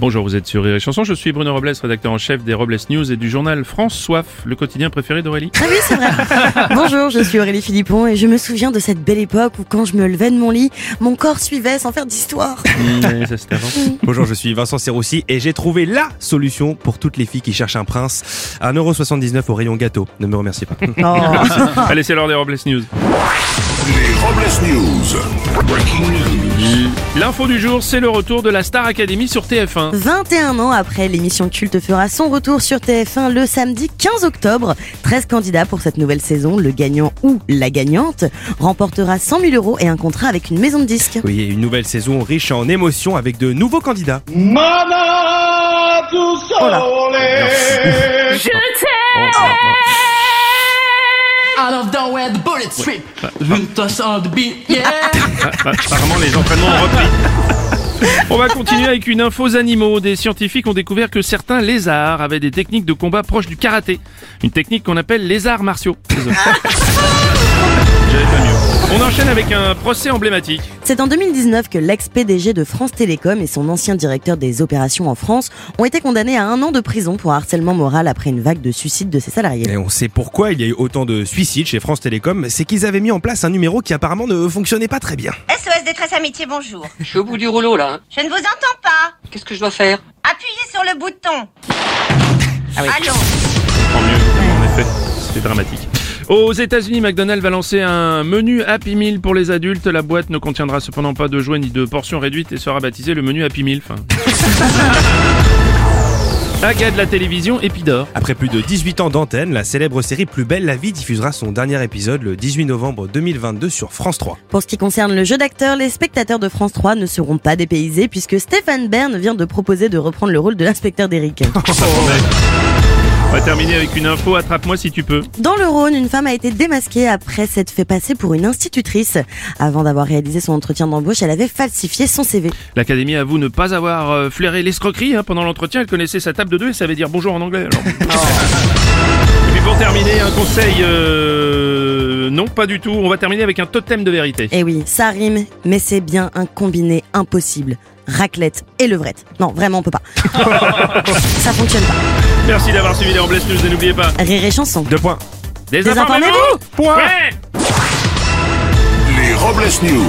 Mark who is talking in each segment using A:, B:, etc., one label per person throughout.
A: Bonjour, vous êtes sur Rire et Chanson, je suis Bruno Robles, rédacteur en chef des Robles News et du journal France Soif, le quotidien préféré d'Aurélie.
B: Ah oui, c'est vrai. Bonjour, je suis Aurélie Philippon et je me souviens de cette belle époque où quand je me levais de mon lit, mon corps suivait sans faire d'histoire.
A: Mmh, ça, c'était avant.
C: Bonjour, je suis Vincent Serroussi et j'ai trouvé LA solution pour toutes les filles qui cherchent un prince. 1,79€ au rayon gâteau. Ne me remerciez pas.
A: Allez, c'est l'heure des Robles News.
D: Les Robles News. Breaking news.
A: L'info du jour, c'est le retour de la Star Academy sur TF1.
B: 21 ans après, l'émission culte fera son retour sur TF1 le samedi 15 octobre. 13 candidats pour cette nouvelle saison. Le gagnant ou la gagnante remportera 100 000 euros et un contrat avec une maison de disques.
C: Oui, et une nouvelle saison riche en émotions avec de nouveaux candidats.
E: Mana tu
B: là.
E: sole
F: Je
A: Oh,
F: t'aime I love the way the bullet strip Juntos on the beat, yeah
A: Ah, apparemment, les entraînements ont repris. On va continuer avec une info aux animaux. Des scientifiques ont découvert que certains lézards avaient des techniques de combat proches du karaté. Une technique qu'on appelle lézards martiaux. Désolé. J'avais pas mieux. On enchaîne avec un procès emblématique.
B: C'est en 2019 que l'ex-PDG de France Télécom et son ancien directeur des opérations en France ont été condamnés à un an de prison pour harcèlement moral après une vague de suicides de ses salariés.
C: Et on sait pourquoi il y a eu autant de suicides chez France Télécom, c'est qu'ils avaient mis en place un numéro qui apparemment ne fonctionnait pas très bien.
G: SOS Détresse Amitié, bonjour.
H: Je suis au bout du rouleau là. hein.
G: Je ne vous entends pas.
H: Qu'est-ce que je dois faire Ah
G: Appuyez sur le bouton. Allô
A: Tant mieux, en effet, c'est dramatique. Aux États-Unis, McDonald's va lancer un menu Happy Meal pour les adultes. La boîte ne contiendra cependant pas de joints ni de portions réduites et sera baptisée le menu Happy Meal. Enfin... Aga de la télévision, Epidore.
C: Après plus de 18 ans d'antenne, la célèbre série Plus belle la vie diffusera son dernier épisode le 18 novembre 2022 sur France 3.
B: Pour ce qui concerne le jeu d'acteur, les spectateurs de France 3 ne seront pas dépaysés puisque Stéphane Bern vient de proposer de reprendre le rôle de l'inspecteur d'Eric.
A: On va terminer avec une info, attrape-moi si tu peux.
B: Dans le Rhône, une femme a été démasquée après s'être fait passer pour une institutrice. Avant d'avoir réalisé son entretien d'embauche, elle avait falsifié son CV.
A: L'Académie avoue ne pas avoir euh, flairé l'escroquerie hein. pendant l'entretien. Elle connaissait sa table de deux et savait dire bonjour en anglais. alors. Et puis pour terminer, un conseil... euh, Non, pas du tout. On va terminer avec un totem de vérité.
B: Eh oui, ça rime, mais c'est bien un combiné impossible. Raclette et levrette. Non, vraiment, on peut pas. ça fonctionne pas.
A: Merci d'avoir suivi les Robles News et n'oubliez pas...
B: Rire et chanson.
C: Deux points.
A: Désinformez-vous
B: Désinformez-vous
A: Point
D: Les Robles News.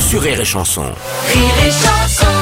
I: Sur Rire et Chanson.
F: Rire et chanson